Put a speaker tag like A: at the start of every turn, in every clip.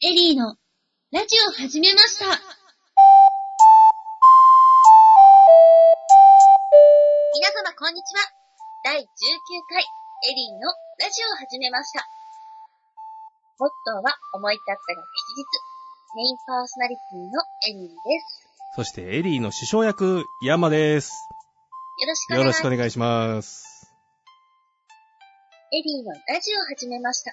A: エリーのラジオ始めました。皆様こんにちは。第19回エリーのラジオ始めました。モットーは思い立ったが吉日。メインパーソナリティのエリーです。
B: そしてエリーの師匠役、ヤンマです。
A: よろしくお
B: よ
A: 願
B: ろ
A: い
B: し
A: し
B: く
A: ま
B: お
A: す。
B: 願いします。
A: エリーのラジオ始めました。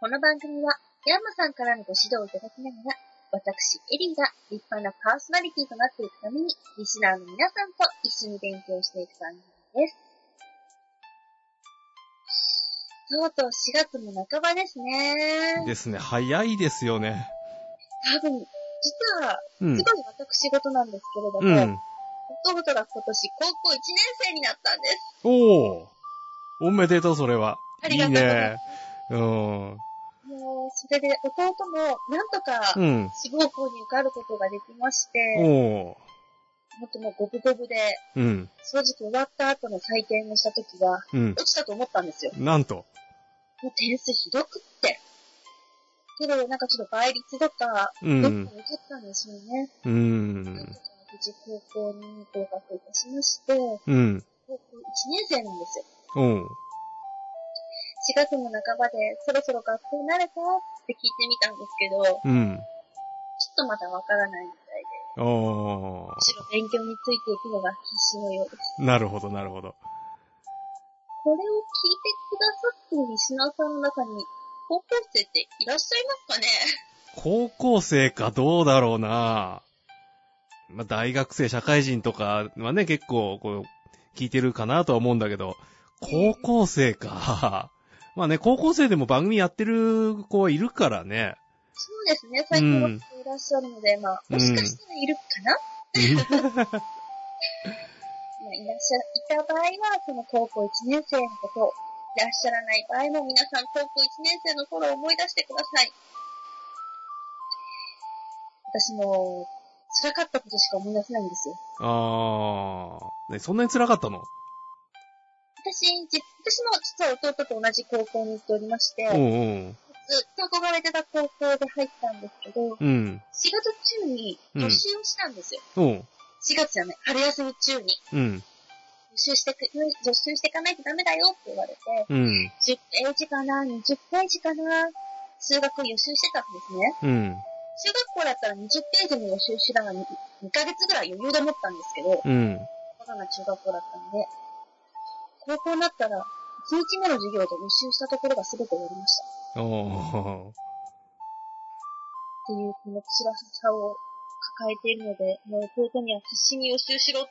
A: この番組はヤンマさんからのご指導をいただきながら、私、エリーが立派なパーソナリティとなっていくために、リスナーの皆さんと一緒に勉強していく番組です。とうとう4月も半ばですね。
B: ですね、早いですよね。
A: 多分、実は、
B: う
A: すご
B: ん
A: い。私事なんですけれども、
B: うん。
A: 弟が今年高校1年生になったんです。
B: おー。おめでとう、それは。
A: あ
B: い
A: りが
B: い
A: とうござい
B: ね
A: ま。
B: うん。
A: もう、それで弟もなんとか、
B: うん。
A: 志望校に受かることができまして、
B: おー。
A: 本当もう五分五分で、
B: うん。
A: 正直終わった後の採点をした時は、
B: うん。
A: 落ちたと思ったんですよ。
B: なんと。
A: もう点数ひどくって。けど、なんかちょっと倍率とか、
B: う
A: どっかも良
B: ん
A: か。ったんですよね。
B: う
A: なんと
B: ん
A: か。無事高校に合格いたしまして、高
B: うん。
A: 校1年生なんですよ。
B: おー。
A: 4月の半ばで、そろそろ学校慣れたって聞いてみたんですけど、ちょっ
B: うん。
A: とまだわからないみたいで、
B: おー
A: む。しろ勉強についていくのが必死のようです。
B: なるほど、なるほど。
A: これを聞いてくださってるリスナーさんの中に、高校生っていらっしゃいますかね
B: 高校生かどうだろうなまあ、大学生、社会人とかはね、結構、こう、聞いてるかなとは思うんだけど、高校生か。 まあね、高校生でも番組やってる子はいるからね。
A: そうですね、最近は人いらっしゃるので、まあ、もしかしたらいるかな、 まあ、いらっしゃ、いた場合は、その高校1年生のこと、いらっしゃらない場合も皆さん高校1年生の頃を思い出してください。私も、辛かったことしか思い出せないんですよ。
B: あー、ね、そんなに辛かったの
A: 私、じ私も実は弟と同じ高校に行っておりまして、
B: う
A: ずっ
B: んうん。
A: と憧れてた高校で入ったんですけど、
B: うん。
A: 仕事中に予習をしたんですよ。
B: うん。
A: 4月じゃない、春休み中に。
B: うん。
A: 予習してく、予習していかないとダメだよって言われて、
B: うん。
A: 10ページかな、20ページかな、数学を予習してたんですね。
B: うん。
A: 中学校だったら20ページの予習手段が 2, 2ヶ月ぐらい余裕で持ったんですけど、
B: うん。
A: コロナ中学校だったんで、高校になったら、1日目の授業で予習したところが全て終わりました。
B: おー。
A: っていうこの辛さを抱えているので、もう弟には必死に予習しろって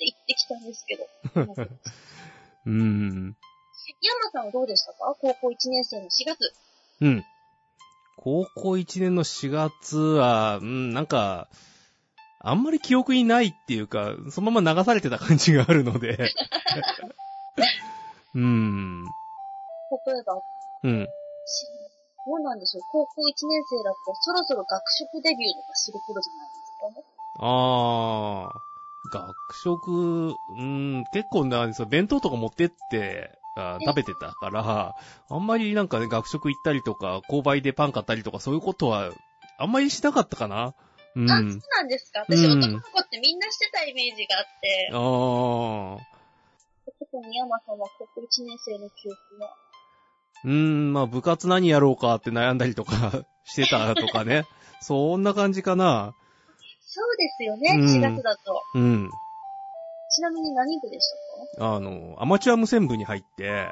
A: 言ってきたんですけど。山
B: うん。
A: さんはどうでしたか高校1年生の4月。
B: うん。高校1年の4月は、うん、なんか、あんまり記憶にないっていうか、そのまま流されてた感じがあるの で。うん。
A: 例えば、
B: うん。
A: しどうなんでしょう高校1年生だとそろそろ学食デビューとかする頃じゃないですかね。
B: あー、学食、うん、結構な、そう弁当とか持ってって、あー食べてたから、あんまりなんかね、学食行ったりとか、購買でパン買ったりとか、そういうことは、あんまりしなかったかな。う。
A: あ、そうんなんですか私、
B: うん
A: 男の子ってみんなしてたイメージがあって、
B: あー。
A: 特に山さんは高校1年生の記憶は。
B: うーん、まあ部活何やろうかって悩んだりとか してたとか ね。そんな感じかな。
A: そうですよね、
B: うん
A: 4月だと。
B: うん。
A: ちなみに何部でしたか
B: あの、アマチュア無線部に入って、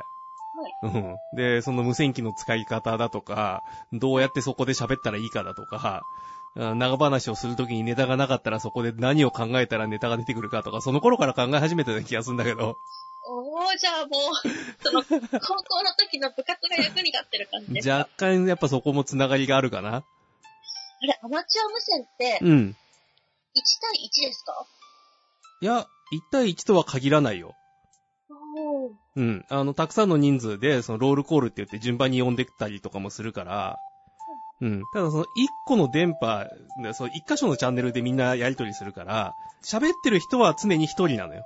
B: うん。で、その無線機の使い方だとか、どうやってそこで喋ったらいいかだとか、あ長話をするときにネタがなかったらそこで何を考えたらネタが出てくるかとか、その頃から考え始めてた気がするんだけ ど。
A: おー、じゃあも う、その、高校の時の部活が役に立ってる感じですか。
B: 若干やっぱそこもつながりがあるかな。
A: あれ、アマチュア無線って、1
B: うん。
A: 対1ですか
B: いや、1対1とは限らないよ。
A: おー。
B: うん。あの、たくさんの人数で、その、ロールコールって言って順番に呼んでったりとかもするから、うん。ただその、一個の電波、でその、一箇所のチャンネルでみんなやりとりするから、喋ってる人は常に一人なのよ。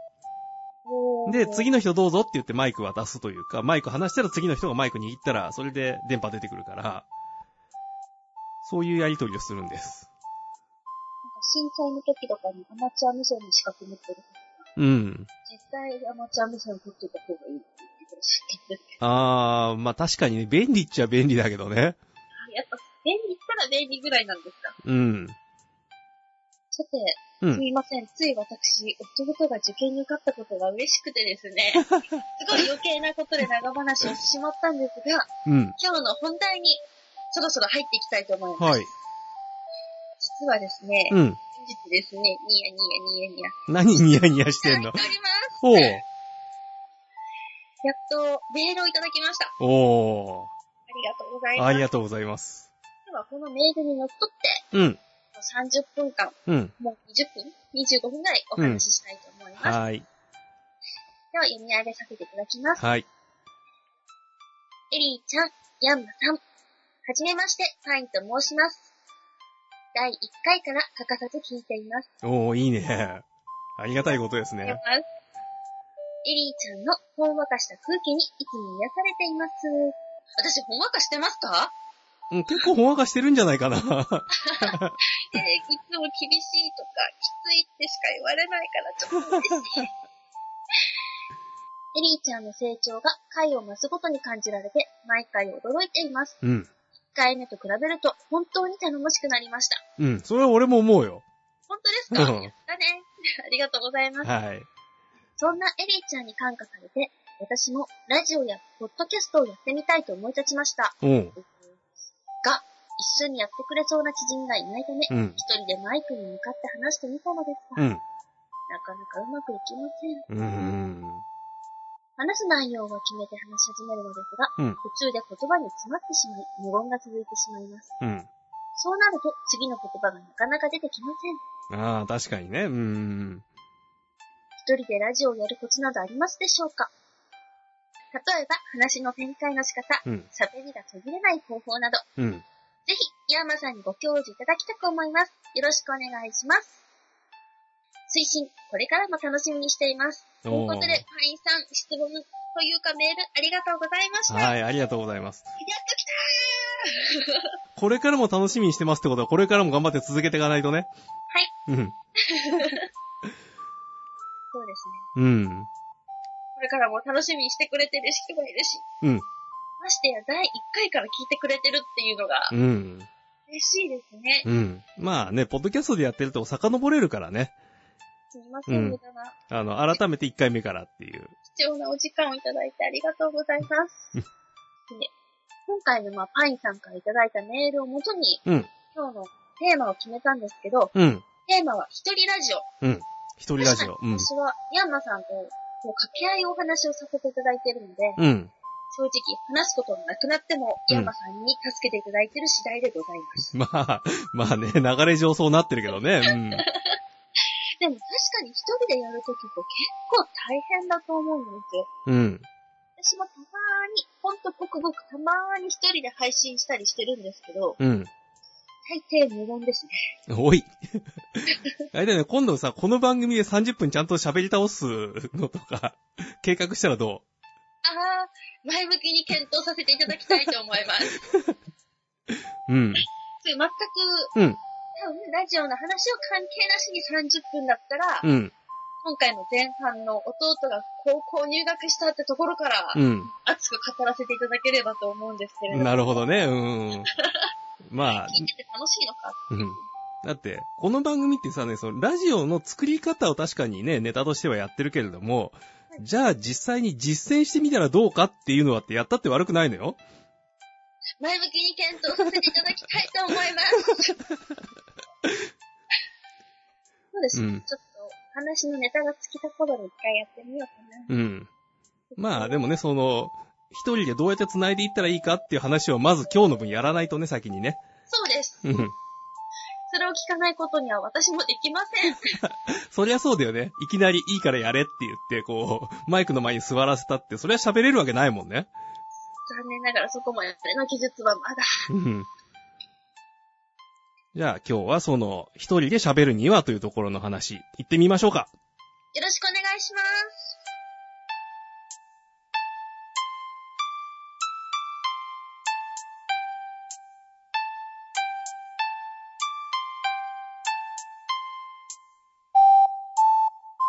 A: おー
B: で、次の人どうぞって言ってマイク渡すというか、マイク離したら次の人がマイク握ったら、それで電波出てくるから、そういうやりとりをするんです。
A: なんか震災の時とかにアマチュア無線の資格持ってる。
B: うん。
A: 絶対アマチュア無線を取ってた方がいいって言ってほしいけど。
B: あー、まあ確かにね、便利っちゃ便利だけどね。
A: やっぱ、便利ったら便利ぐらいなんですか
B: うん。
A: さて、
B: う
A: す
B: ん。
A: いません。つい私、弟が受験に受かったことが嬉しくてです ね、すごい余計なことで長話をしてしまったんですが、
B: うん。
A: 今日の本題にそろそろ入っていきたいと思います。
B: はい。
A: 実はですね、
B: うん。
A: 本日ですね、ニヤニヤニヤニヤ。
B: 何ニヤニヤしてん
A: や
B: の
A: っております。
B: おう。
A: やっとメールをいただきました。あ
B: お
A: りがとうござい
B: ー。
A: ます。
B: ありがとうございます。
A: では、このメールにのっとって、
B: うん。
A: 30分間、
B: うん。
A: もう20分 ?25 分ぐらいお話ししたいと思います。
B: はーい。
A: では、読み上げさせていただきます。
B: はい。
A: エリーちゃん、ヤンマさん。はじめまして、パインと申します。第1回から欠かさず聞いています。
B: おー、いいね。ありがたいことですね。
A: エリーちゃんのほんわかした空気にいつも癒されています。私、ほんわかしてますか
B: うん、結構ほんわかしてるんじゃないかな。
A: えー、いつも厳しいとか、きついってしか言われないから、ちょっと嬉しい。エリーちゃんの成長が回を増すごとに感じられて、毎回驚いています。
B: うん。
A: 1回目と比べると本当に頼もしくなりました。
B: うん。それは俺も思うよ。
A: 本当ですか
B: うん
A: やったね。 ありがとうございます。
B: はい。
A: そんなエリーちゃんに感化されて、私もラジオやポッドキャストをやってみたいと思い立ちました。
B: うん。
A: が、一緒にやってくれそうな知人がいないため、一
B: うん。
A: 人でマイクに向かって話してみたのです
B: う
A: が、
B: ん。
A: なかなかうまくいきません。
B: うんうん。
A: 話す内容は決めて話し始めるのですが、
B: うん
A: 途中で言葉に詰まってしまい、無言が続いてしまいます。
B: うん。
A: そうなると、次の言葉がなかなか出てきません。
B: ああ、確かにね。うん。
A: 一人でラジオをやるコツなどありますでしょうか例えば、話の展開の仕方、
B: うん。
A: 喋りが途切れない方法など、
B: うん。
A: ぜひ、ヤーマさんにご教授いただきたく思います。よろしくお願いします。推進、これからも楽しみにしています。という
B: お
A: ことで、
B: ー
A: パインさん、質問というかメール、ありがとうございました。やっ
B: はい、ありがとうございます。
A: と来た
B: これからも楽しみにしてますってことは、これからも頑張って続けていかないとね。
A: はい。
B: うん。
A: そうですね。
B: うん。
A: これからも楽しみにしてくれてる人がいるし、
B: うん。
A: ましてや第1回から聞いてくれてるっていうのが
B: うん。
A: 嬉しいですね。
B: うん。まあね、ポッドキャストでやってると遡れるからね。
A: すみません、
B: うん
A: 無駄な
B: あの、改めて1回目からっていう。
A: 貴重なお時間をいただいてありがとうございます。
B: うん
A: で今回の、まあ、パインさんからいただいたメールをもとに、
B: うん
A: 今日のテーマを決めたんですけど、
B: うん。
A: テーマは一人ラジオ。
B: 一人ラジオ。うん。
A: 私はヤンマさんとこう掛け合いをお話をさせていただいているので、
B: うん。
A: 正直話すことがなくなっても、
B: うん
A: ヤンマさんに助けていただいている次第でございます。
B: まあ、まあね、流れ上そうなってるけどね。うん。
A: でも確かに一人でやるときって結構大変だと思うんですよ。
B: うん。
A: 私もたまーに、ほんとごくごくたまーに一人で配信したりしてるんですけど、
B: うん。
A: 大抵無言ですね。
B: おい。あれだよね、今度さ、この番組で30分ちゃんと喋り倒すのとか、計画したらど
A: あー、前向きに検討させていただきたいと思います。
B: ううん。
A: それ全く、
B: うん
A: 多分ラジオの話を関係なしに30分だったら、
B: うん。
A: 今回の前半の弟が高校入学したってところから、
B: うん。
A: 熱く語らせていただければと思うんですけれども、
B: なるほどね。うん。まあ、
A: 聞いてて楽しいのか
B: うん。だって、この番組ってさね、そのラジオの作り方を確かにね、ネタとしてはやってるけれども、じゃあ実際に実践してみたらどうかっていうのはってやったって悪くないのよ。
A: 前向きに検討させていただきたいと思います。 そうですね、
B: うん
A: ちょっと話のネタが尽きた頃に一回やってみようかな。
B: うん。まあでもね、その、一人でどうやって繋いでいったらいいかっていう話をまず今日の分やらないとね、先にね。
A: そうです。
B: うん。
A: それを聞かないことには私もできません。
B: そりゃそうだよね。いきなりいいからやれって言って、こう、マイクの前に座らせたって、そりゃ喋れるわけないもんね。
A: 残念ながらそこまでの技術はまだ。
B: うんじゃあ今日はその、一人で喋るにはというところの話、行ってみましょうか。
A: よろしくお願いします。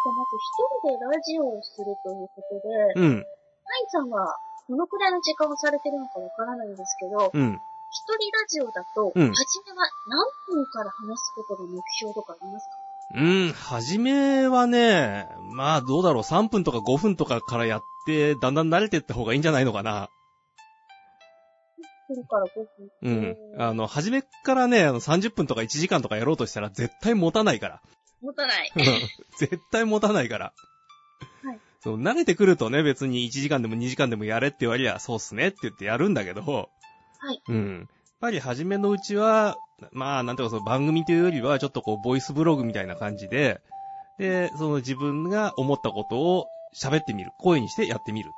A: でまず一人でラジオをするということで、ナイ
B: うん、
A: さんはどのくらいの時間をされてるのかわからないんですけど、
B: うん。
A: 一人ラジオだと、
B: うん
A: 初めは何分から話すことが目標とかありますか
B: うん、はじめはね、まあどうだろう、3分とか5分とかからやって、だんだん慣れてった方がいいんじゃないのかな。
A: 1分から5分。
B: うん。あの、はじめっからね、あの30分とか1時間とかやろうとしたら絶対持たないから。
A: 持たない。
B: うん 絶対持たないから。
A: はい
B: そう、慣れてくるとね、別に1時間でも2時間でもやれって言われりゃ、そうっすねって言ってやるんだけど、
A: はい。
B: うん。やっぱり初めのうちは、まあ、なんていうかその番組というよりは、ちょっとこう、ボイスブログみたいな感じで、で、その自分が思ったことを喋ってみる。声にしてやってみる。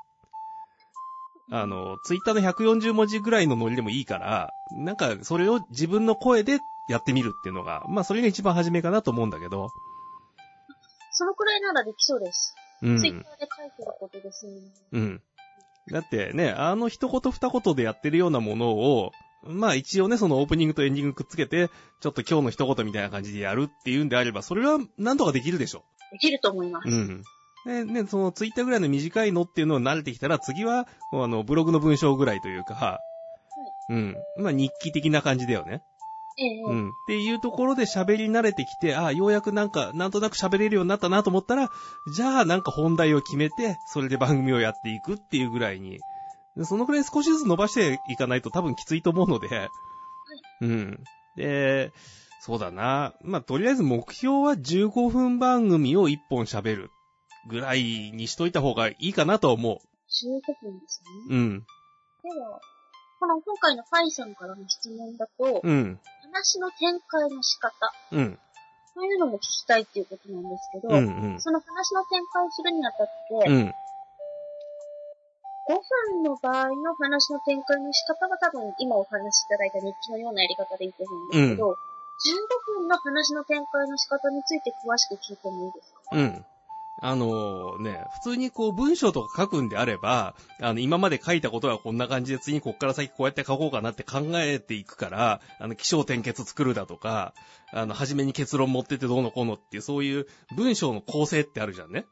B: あの、ツイッターの140文字ぐらいのノリでもいいから、なんかそれを自分の声でやってみるっていうのが、まあそれが一番初めかなと思うんだけど。
A: そのくらいならできそうです。
B: うん。
A: ツイッターで書いてることですね。
B: うん。だってね、あの一言二言でやってるようなものを、まあ一応ね、そのオープニングとエンディングくっつけて、ちょっと今日の一言みたいな感じでやるっていうんであれば、それは何とかできるでしょ。
A: できると思います。
B: うん。で、ね、そのツイッターぐらいの短いのっていうのを慣れてきたら、次は、あの、ブログの文章ぐらいというか、うん。まあ日記的な感じだよね。
A: ええ
B: うん。っていうところで喋り慣れてきて、ああ、ようやくなんか、なんとなく喋れるようになったなと思ったら、じゃあなんか本題を決めて、それで番組をやっていくっていうぐらいに、そのくらい少しずつ伸ばしていかないと多分きついと思うので、うん。で、そうだな。まあ、とりあえず目標は15分番組を1本喋るぐらいにしといた方がいいかなとは
A: 15
B: 思
A: 分ですね。
B: う。うん。
A: では、この今回のファイさんからの質問だと、
B: うん。
A: 話の展開の仕方
B: うん。
A: というのも聞きたいっていうことなんですけど、
B: うん。うん。
A: その話の展開をするにあたって、
B: うん。
A: 5分の場合の話の展開の仕方は多分今お話しいただいた日記のようなやり方でいいと思うんですけど、15分の話の展開の仕方について詳しく聞いてもいいですか
B: うん。あのね、普通にこう文章とか書くんであれば、あの、今まで書いたことはこんな感じで次にこっから先こうやって書こうかなって考えていくから、あの、気象点結作るだとか、あの、初めに結論持ってってどうのこうのっていう、そういう文章の構成ってあるじゃんね。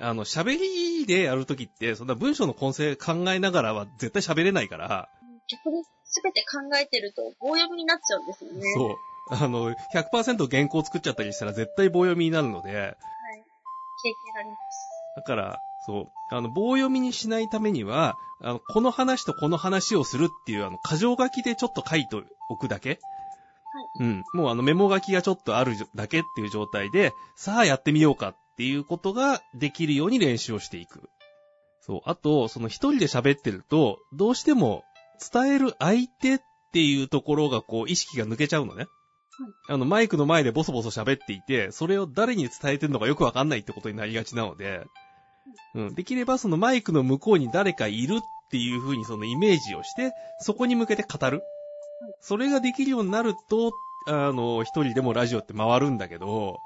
B: あの、喋りでやるときって、そんな文章の構成考えながらは絶対喋れないから、
A: 逆に全て考えてると棒読みになっちゃうんですよね。
B: そう。あの、100%原稿作っちゃったりしたら絶対棒読みになるの
A: はい。経
B: で、
A: 験あります。
B: だから、そう、あの、棒読みにしないためには、あの、この話とこの話をするっていう、あの、箇条書きでちょっと書いておくだけ。うん。もうあの、メモ書きがちょっとあるだけっていう状態で、さあやってみようかっていうことができるように練習をしていく。そう。あと、その一人で喋ってると、どうしても伝える相手っていうところがこう、意識が抜けちゃうのね。あの、マイクの前でボソボソ喋っていて、それを誰に伝えてるのかよくわかんないってことになりがちなので、うん。できればそのマイクの向こうに誰かいるっていう風にそのイメージをして、そこに向けて語る。それができるようになると、あの、一人でもラジオって回るんだけど、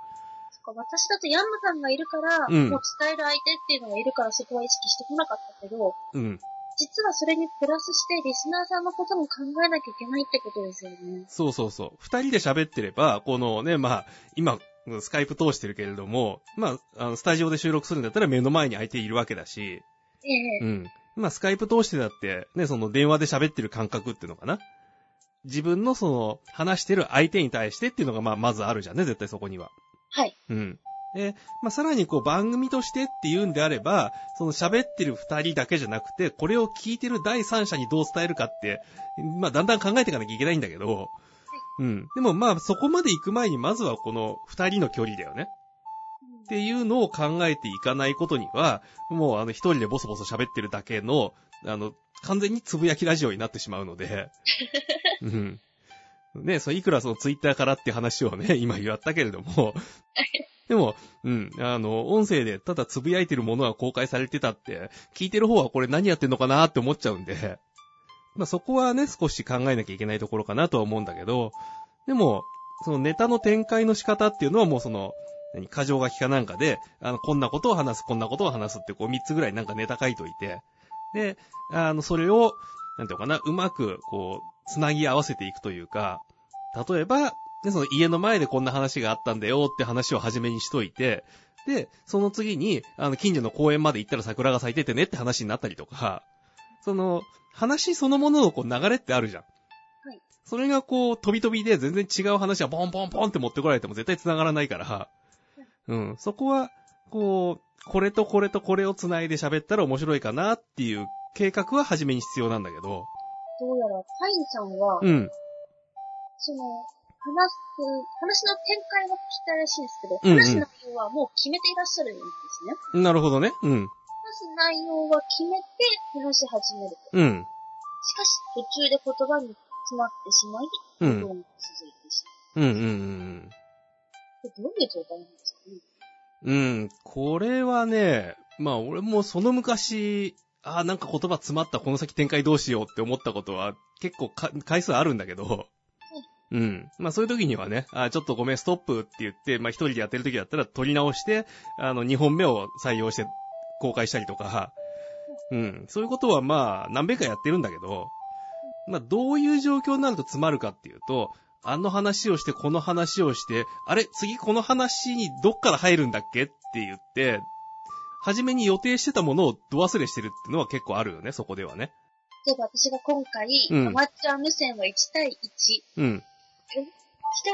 A: そっか私だとヤンマさんがいるから、
B: うん
A: もう伝える相手っていうのがいるからそこは意識してこなかったけど、
B: うん。
A: 実はそれにプラスしてリスナーさんのことも考えなきゃいけないってことですよね。
B: そうそうそう。二人で喋ってれば、このね、まあ、今、スカイプ通してるけれども、まあ、あのスタジオで収録するんだったら目の前に相手いるわけだし、
A: ええ
B: うん。まあ、スカイプ通してだって、ね、その電話で喋ってる感覚っていうのかな。自分のその、話してる相手に対してっていうのが、まあ、まずあるじゃんね、絶対そこには。
A: はい。
B: うん。で、まあ、さらにこう番組としてっていうんであれば、その喋ってる二人だけじゃなくて、これを聞いてる第三者にどう伝えるかって、まあ、だんだん考えていかなきゃいけないんだけど、うん。でもまあ、そこまで行く前に、まずはこの二人の距離だよね。っていうのを考えていかないことには、もうあの一人でボソボソ喋ってるだけの、あの、完全につぶやきラジオになってしまうので、うん。ね、そういくらそのツイッターからって話をね、 今言ったけれども、でも、うん、あの、音声でただつぶやいてるものは公開されてたって、聞いてる方はこれ何やってんのかなって思っちゃうんで、まあそこはね、少し考えなきゃいけないところかなとは思うんだけど、でも、そのネタの展開の仕方っていうのはもうその、何、過剰書きかなんかで、あの、こんなことを話す、こんなことを話すって、こう、3つぐらいなんかネタ書いといて、で、あの、それを、なんていうのかな、うまく、こう、つなぎ合わせていくというか、例えば、で、その家の前でこんな話があったんだよって話を初めにしといて、で、その次に、あの、近所の公園まで行ったら桜が咲いててねって話になったりとか、その、話そのもののこう流れってあるじゃん。
A: はい。
B: それがこう、飛び飛びで全然違う話はポンポンポンって持ってこられても絶対繋がらないから、うん、そこは、こう、これとこれとこれを繋いで喋ったら面白いかなっていう計画は初めに必要なんだけど、
A: どうやら、パインさんは、
B: うん、
A: その、話す、話の展開が聞きたいらしいんですけど、
B: うんうん
A: 話す内容はもう決めていらっしゃるんですね。
B: なるほどね、うん、
A: 話す内容は決めて話し始める。
B: うん、
A: しかし、途中で言葉に詰まってしまい、
B: う
A: ど
B: ん、
A: うも続いてし
B: うん、うん、う
A: ま
B: ん。
A: う。これどういう状態なんですかね
B: うん、これはね、まあ俺もその昔、ああ、なんか言葉詰まった、この先展開どうしようって思ったことは結構か回数あるんだけど、うん。まあそういう時にはね、あーちょっとごめん、ストップって言って、まあ一人でやってる時だったら取り直して、あの、2本目を採用して公開したりとか、うん。そういうことはまあ何べんかやってるんだけど、まあどういう状況になると詰まるかっていうと、あの話をして、この話をして、あれ次この話にどっから入るんだっけって言って、初めに予定してたものをど忘れしてるってのは結構あるよね、そこではね。
A: 例えば私が今回、
B: うん
A: アマチュア無線は1対1、一
B: うん。
A: 人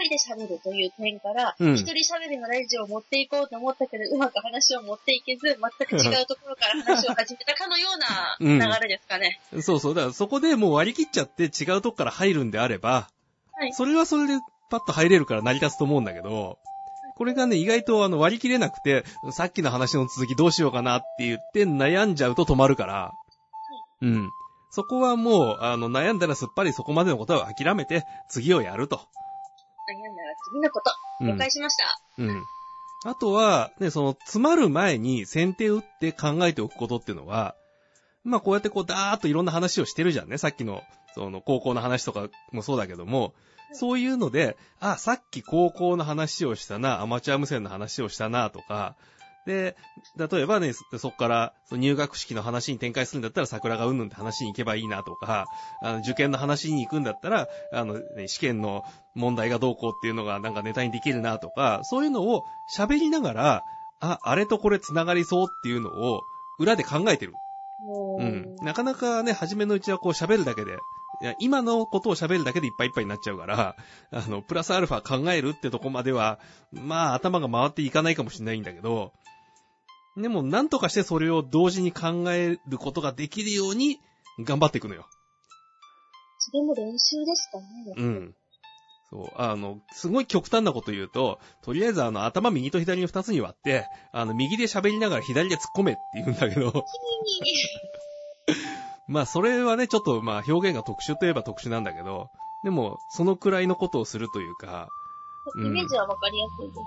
A: で喋るという点から、
B: うん
A: 一人喋りのラジオを持っていこうと思ったけど、うまく話を持っていけず、全く違うところから話を始めたかのような流れですか ね。
B: そうそう。だからそこでもう割り切っちゃって違うとこから入るんであれば、
A: はい
B: それはそれでパッと入れるから成り立つと思うんだけど、これがね、意外とあの割り切れなくて、さっきの話の続きどうしようかなって言って悩んじゃうと止まるから、うん。そこはもう、あの、悩んだらすっぱりそこまでのことは諦めて、次をやると。
A: 悩んだら次のこと、
B: うん
A: 了解しました。
B: うん。あとは、ね、その、詰まる前に先手打って考えておくことっていうのは、まあこうやってこう、だーっといろんな話をしてるじゃんね。さっきの、その、高校の話とかもそうだけども、そういうので、あ、さっき高校の話をしたな、アマチュア無線の話をしたな、とか、で、例えばね、そそっから、その入学式の話に展開するんだったら桜がうんぬんって話に行けばいいなとか、あの、受験の話に行くんだったら、あの、ね、試験の問題がどうこうっていうのがなんかネタにできるなとか、そういうのを喋りながら、あ、あれとこれ繋がりそうっていうのを裏で考えてる。
A: もう、
B: うん。なかなかね、初めのうちはこう喋るだけで、いや今のことを喋るだけでいっぱいいっぱいになっちゃうから、 あの、プラスアルファ考えるってとこまでは、まあ頭が回っていかないかもしれないんだけど、でもなんとかしてそれを同時に考えることができるように頑張っていくのよ。
A: それも練習ですかね。
B: うん。そう、あの、すごい極端なこと言うと、とりあえずあの、頭右と左の二つに割って、あの、右で喋りながら左で突っ込めって言うんだけど、 まあ、それはね、ちょっとまあ、表現が特殊といえば特殊なんだけど、でも、そのくらいのことをするというか、う
A: イ
B: ん
A: メージはわかりやすいです。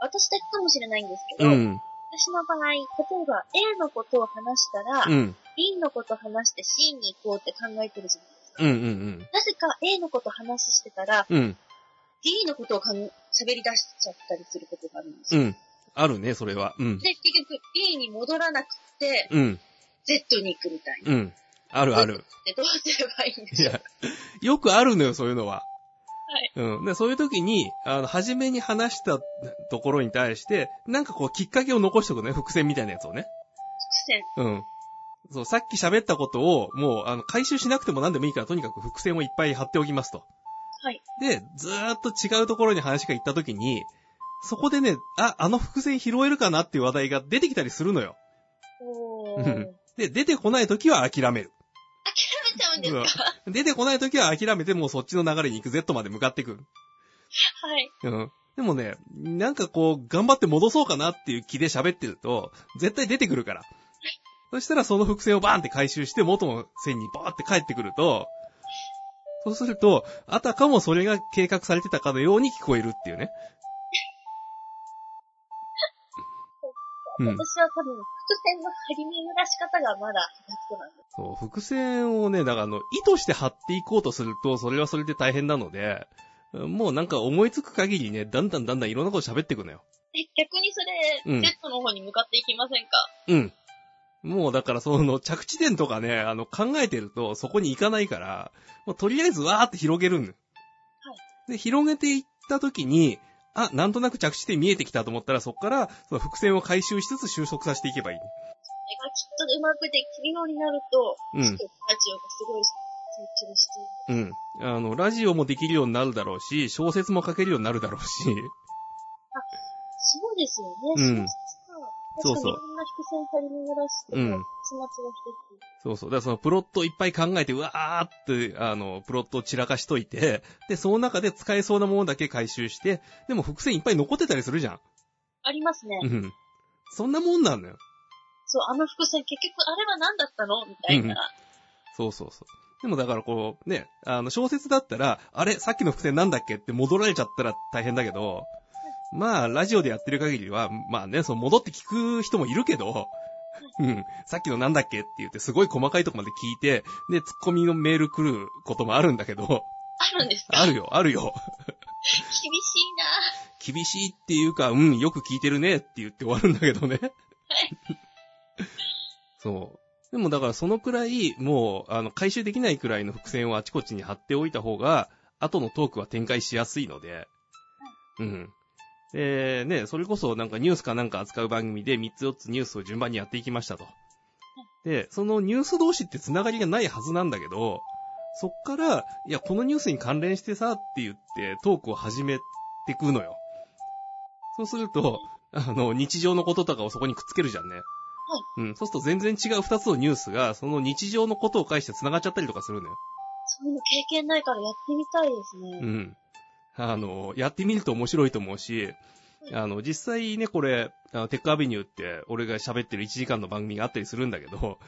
A: 私だけかもしれないんですけ
B: う
A: ど、
B: ん、
A: 私の場合、例えば A のことを話したら、
B: うん、
A: B のことを話して C に行こうって考えてるじゃないですか。
B: うん、うん、
A: なぜか A のことを話してたら、
B: うん、
A: D のことをかん喋り出しちゃったりすることがあるんです
B: う
A: よ。
B: ん、あるね、それは。うん、
A: で、結局 D に戻らなくて、
B: うん、
A: Z に行くみたいな。
B: うん、あるある。
A: で、どうすればいいんで
B: い
A: しょう
B: や、よくあるのよ、そういうのは。
A: はい。
B: うん。で、そういう時に、あの、初めに話したところに対して、なんかこう、きっかけを残しておくね。伏線みたいなやつをね。
A: 伏線。
B: うん。そう、さっき喋ったことを、もう、あの、回収しなくても何でもいいから、とにかく伏線をいっぱい貼っておきますと。
A: はい。
B: で、ずーっと違うところに話が行った時に、そこでね、あ、あの伏線拾えるかなっていう話題が出てきたりするのよ。
A: お
B: う
A: ー。
B: んで、出てこない時は諦める。
A: 食べちゃうんですか、
B: 出てこない時は諦めて、もうそっちの流れに行く Z まで向かっていく。
A: はい。
B: うん。でもね、なんかこう、頑張って戻そうかなっていう気で喋ってると、絶対出てくるから。そしたらその伏線をバーンって回収して、元の線にバーって帰ってくると、そうすると、あたかもそれが計画されてたかのように聞こえるっていうね。うん。
A: 私は多分、伏線の張り巡らし方がまだ下手くそなんです。
B: そう、伏線をね、だからあの、意図して貼っていこうとすると、それはそれで大変なので、もうなんか思いつく限りね、だんだんだんだんいろんなこと喋っていくのよ。
A: え、逆にそれ、
B: うん
A: Z の方に向かっていきませんか
B: うん。もうだからその着地点とかね、あの考えてるとそこに行かないから、もうとりあえずわーって広げるんだよ
A: はい
B: で、広げていった時に、あ、なんとなく着地点見えてきたと思ったら、そこから、その伏線を回収しつつ収束させていけばいい。
A: れがきっとうまくできるようになると、
B: うん
A: ちょっとラジオがすごい成長している。
B: うん。あの、ラジオもできるようになるだろうし、小説も書けるようになるだろうし、
A: そうですよ
B: う
A: ね。
B: ん
A: 小説か。確か
B: そうそう
A: にいろんな伏線張り巡らして、
B: う
A: うんん、つまつましていく。
B: そうそう。だからそのプロットをいっぱい考えて、うわーって、あの、プロットを散らかしといて、で、その中で使えそうなものだけ回収して、でも伏線いっぱい残ってたりするじゃん。
A: ありますね。
B: うん。そんなもんなんだよ。
A: そう、あの伏線結局あれは何だったのみたいな。
B: そうそうそう。でもだからこう、ね、あの、小説だったら、あれ、さっきの伏線なんだっけって戻られちゃったら大変だけど、まあ、ラジオでやってる限りは、まあね、その戻って聞く人もいるけど、うん、さっきのなんだっけって言って、すごい細かいとこまで聞いて、で、ツッコミのメール来ることもあるんだけど、
A: あるんですか
B: あるよ、あるよ。
A: 厳しいなぁ
B: 厳しいっていうか、うん、よく聞いてるねって言って終わるんだけどね。そう。でもだからそのくらい、もう、あの、回収できないくらいの伏線をあちこちに貼っておいた方が、後のトークは展開しやすいので。うん。で、ね、それこそなんかニュースかなんか扱う番組で3つ4つニュースを順番にやっていきましたと。で、そのニュース同士って繋がりがないはずなんだけど、そっから、いや、このニュースに関連してさって言ってトークを始めてくのよ。そうすると、 あの、日常のこととかをそこにくっつけるじゃんね。うん。そうすると全然違う二つのニュースが、その日常のことを介して繋がっちゃったりとかするのよ。
A: そういうの経験ないからやってみたいです
B: う
A: ね。
B: ん。あの、やってみると面白いと思うし、あの、実際ね、これ、あのテックアビニューって、俺が喋ってる1時間の番組があったりするんだけど、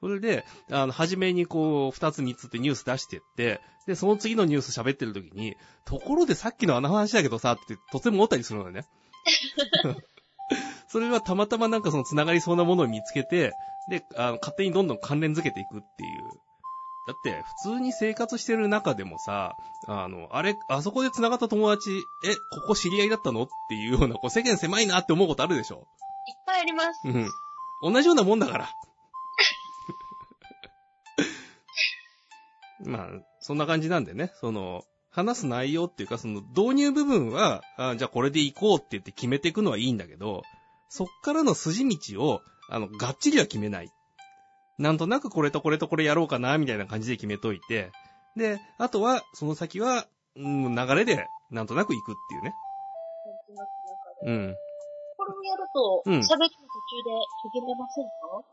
B: それで、あの、初めにこう、2つ3つってニュース出してって、で、その次のニュース喋ってる時に、ところでさっきのあの話だけどさ、って突然思ったりするのよ ね。それはたまたまなんかその繋がりそうなものを見つけて、で、あの、勝手にどんどん関連づけていくっていう。だって、普通に生活してる中でもさ、あの、あれ、あそこで繋がった友達、え、ここ知り合いだったのっていうような、こう世間狭いなって思うことあるでし
A: い
B: ょ
A: っぱいあります。
B: うん。同じようなもんだから。まあ、そんな感じなんでね、その、話す内容っていうか、その導入部分は、あじゃあこれで行こうって言って決めていくのはいいんだけど、そっからの筋道を、あの、がっちりは決めない。なんとなくこれとこれとこれやろうかな、みたいな感じで決めといて、で、あとは、その先は、うん、流れで、なんとなく行くっていう
A: な
B: ね。
A: んとなくなんか
B: うん。
A: これをやると
B: うん、
A: 喋ってる途中で途切れませんか、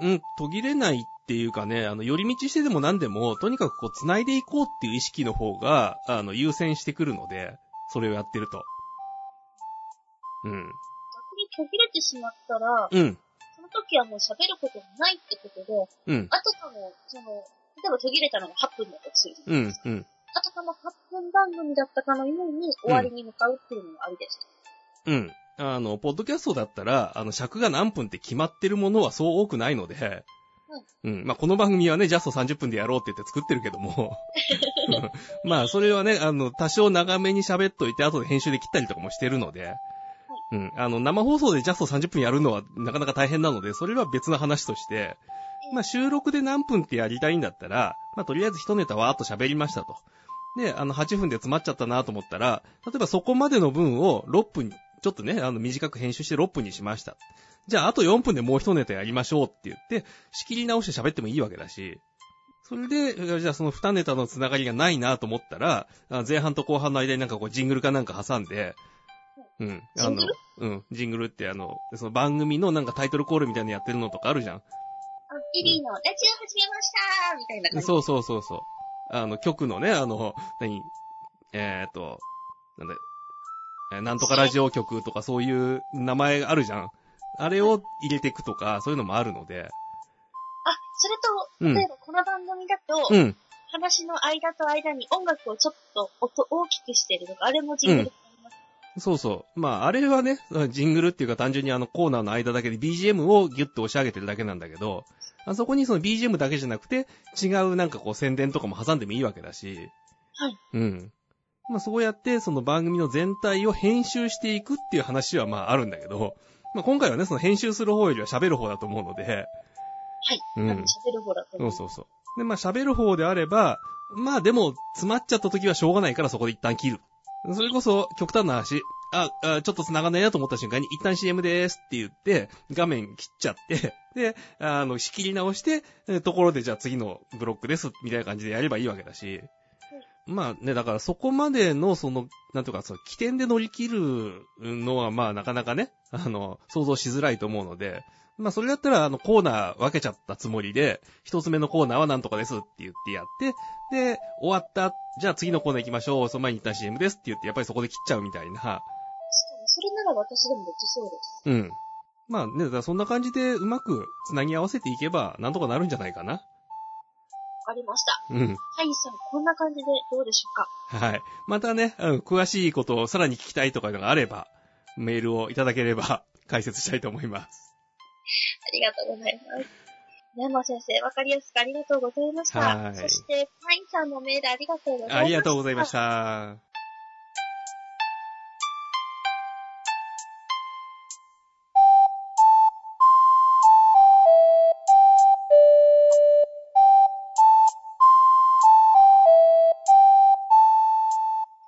B: うん、途切れないっていうかね、あの、寄り道してでも何でも、とにかくこう、繋いでいこうっていう意識の方が、あの、優先してくるので、それをやってると。うん。
A: 逆に途切れてしまったら、
B: うん。
A: その時はもう喋ることがないってことで、
B: うん。
A: あとかも、その、例えば途切れたのが8分だとするじゃ
B: う
A: ない
B: ん
A: ですか。。
B: うん。
A: あとかも8分番組だったかのように終わりに向かうっていうのもありです。
B: うん。あの、ポッドキャストだったら、あの、尺が何分って決まってるものはそう多くないので、うん。まあ、この番組はね、ジャスト30分でやろうって言って作ってるけど も。まあ、それはね、あの、多少長めに喋っといて、後で編集で切ったりとかもしてるので、うん。あの、生放送でジャスト30分やるのはなかなか大変なので、それは別の話として、まあ、収録で何分ってやりたいんだったら、まあ、とりあえず一ネタわーっと喋りましたと。で、あの、8分で詰まっちゃったなと思ったら、例えばそこまでの分を6分、ちょっとね、あの、短く編集して6分にしました。じゃあ、あと4分でもう一ネタやりましょうって言って、仕切り直して喋ってもいいわけだし、それで、えーじゃあその2ネタのつながりがないなと思ったら、あ前半と後半の間になんかこう、ジングルかなんか挟んで、うん。あ
A: ジン
B: の
A: グル、
B: うん。ジングルってあの、その番組のなんかタイトルコールみたいなのやってるのとかあるじゃん。
A: あ、エリーのラジオ始めましたーみたいな感じ。
B: そうそうそうそう。あの、曲のね、あの、何、えーっと、なんだ、えーなんとかラジオ曲とかそういう名前があるじゃん。あれを入れていくとか、そういうのもあるので。
A: あ、それ
B: うん
A: と、例えばこの番組だと、
B: うん。
A: 話の間と間に音楽をちょっと音大きくしてるとか、あれもジングルになります。
B: そうそう。まあ、あれはね、ジングルっていうか単純にあのコーナーの間だけで BGM をギュッと押し上げてるだけなんだけど、あそこにその BGM だけじゃなくて、違うなんかこう宣伝とかも挟んでもいいわけだし。
A: はい。
B: うん。まあ、そうやってその番組の全体を編集していくっていう話はまああるんだけど、まあ、今回はね、その編集する方よりは喋る方だと思うので、
A: あ
B: う
A: の
B: ん。
A: 喋る方だと
B: そ
A: 思
B: う
A: う。
B: そうそう。で、まあ喋る方であれば、まあでも、詰まっちゃった時はしょうがないからそこで一旦切る。それこそ、極端な話、あ、あちょっと繋がんないなと思った瞬間に、一旦 CM でーすって言って、画面切っちゃって、で、あの、仕切り直して、えところでじゃあ次のブロックです、みたいな感じでやればいいわけだし。まあね、だからそこまでの、その、なんていうか、その、起点で乗り切るのは、まあなかなかね、あの、想像しづらいと思うので、まあそれだったら、あの、コーナー分けちゃったつもりで、一つ目のコーナーはなんとかですって言ってやって、で、終わった、じゃあ次のコーナー行きましょう、その前に一旦 CM ですって言って、やっぱりそこで切っちゃうみたいな。
A: 確かに、それなら私でもできそうです。
B: うん。まあね、だからそんな感じでうまく繋ぎ合わせていけば、なんとかなるんじゃないかな。
A: わかりました。
B: うん。
A: ハイさん、こんな感じでどうでしょうか
B: はい。またね、うん、詳しいことをさらに聞きたいとかいうのがあれば、メールをいただければ 解説したいと思います。
A: ありがとうございます。山先生、わかりやすくありがとうございました。
B: はい
A: そして、ハイさんのメールありがとうございました。
B: ありがとうございました。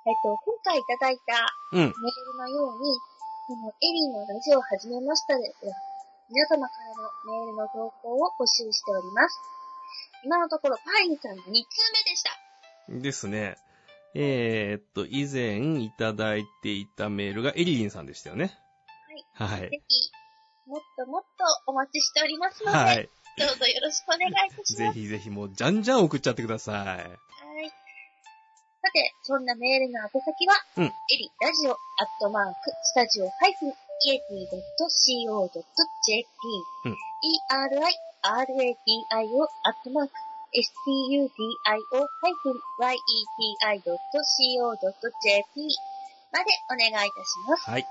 A: えっと、今回いただいた
B: うん。
A: メールのように、このエリーのラジオを始めましたでは、皆様からのメールの投稿を募集しております。今のところ、パインさんの2通目でした。
B: ですね。えー、っと、以前いただいていたメールがエリリンさんでしたよね。は
A: ぜ
B: い。
A: ひ、もっともっとお待ちしておりますので、
B: はい。
A: どうぞよろしくお願いいたします。
B: ぜひぜひもう、じゃんじゃん送っちゃってください。
A: はい。さて、そんなメールの宛先は、
B: うん
A: エリラジオアットマーク、スタジオハイフン、イエティ .co.jp、
B: うん
A: ERI、RADIO アットマーク、studio ハイフン、yeti.co.jp までお願いいたします。
B: はい。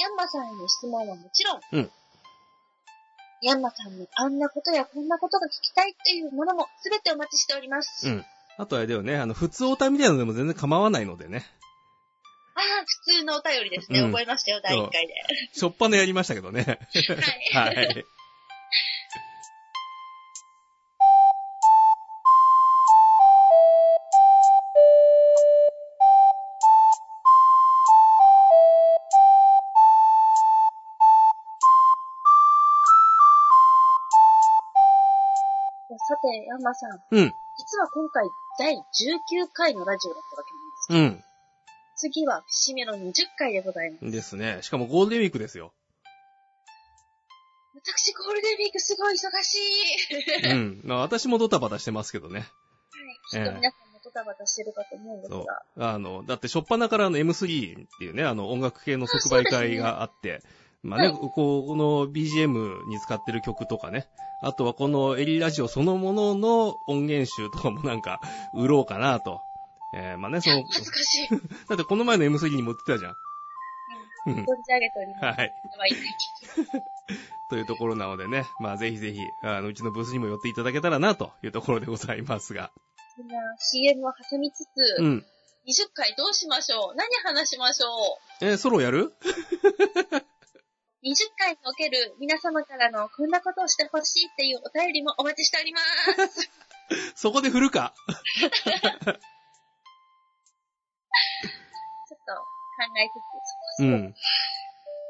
A: ヤンマさんへの質問はもちろん、
B: うん
A: ヤンマさんのあんなことやこんなことが聞きたいというものもすべてお待ちしております。
B: うん。あとあれだよね、あの、普通オタみたいなのでも全然構わないので ね。
A: ああ、普通のお便りですね。
B: うん
A: 覚えましたよ、第1回 で。
B: しょっぱなやりましたけどね。
A: はい。
B: はい。
A: さて、ヤンマさん。
B: うん。
A: 実は今回、第19回のラジオだったわけなんです。
B: うん。
A: 次は、節目の20回でございます。
B: ですね。しかもゴールデンウィークです よ。
A: 私、ゴールデンウィークすごい忙しい。
B: うん。まあ私もドタバタしてますけどね。
A: きっ
B: え
A: と
B: え
A: 皆さんもドタバタしてるかと思うんです
B: そう
A: が。。
B: あの、だって、しょっぱなからあの M3 っていうね、あの、音楽系の即売会があって、まあね、
A: はい
B: こう、この BGM に使ってる曲とかね、あとはこのエリラジオそのものの音源集とかもなんか、売ろうかなと。えー、まあね、その、
A: 恥ずかしい。存
B: だってこの前の M3 にも売ってたじゃん。うん。
A: じ上げております。
B: はい。
A: はい。ぜ
B: というところなのでね、まあぜひぜひ、あの、うちのブースにも寄っていただけたらな、というところでございますが。
A: ひ、CM を挟みつつ、
B: うん。
A: 20回どうしましょう何話しましょう
B: えーソロやる
A: 20回における皆様からのこんなことをしてほしいっていうお便りもお待ちしております。
B: そこで振るか
A: ちょっと考えつつ。
B: うん。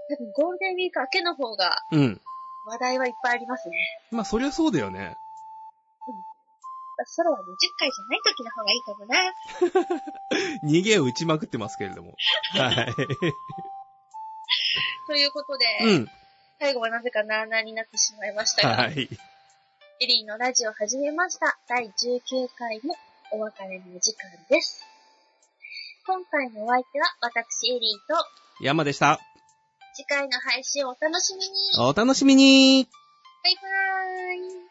A: 多分ゴールデンウィーク明けの方が
B: うん。
A: 話題はいっぱいありますね。
B: まあそりゃそうだよね。
A: ソロは20回じゃない時の方がいいかもな。
B: 逃げを打ちまくってますけれども。はい。
A: ということで、
B: うん。
A: 最後はなぜかなーなーになってしまいましたが、
B: はい。
A: エリーのラジオ始めました。第19回もお別れのお時間です。今回のお相手は私エリーと、
B: 山でした。
A: 次回の配信をお楽しみに。
B: お楽しみに
A: バイバーイ。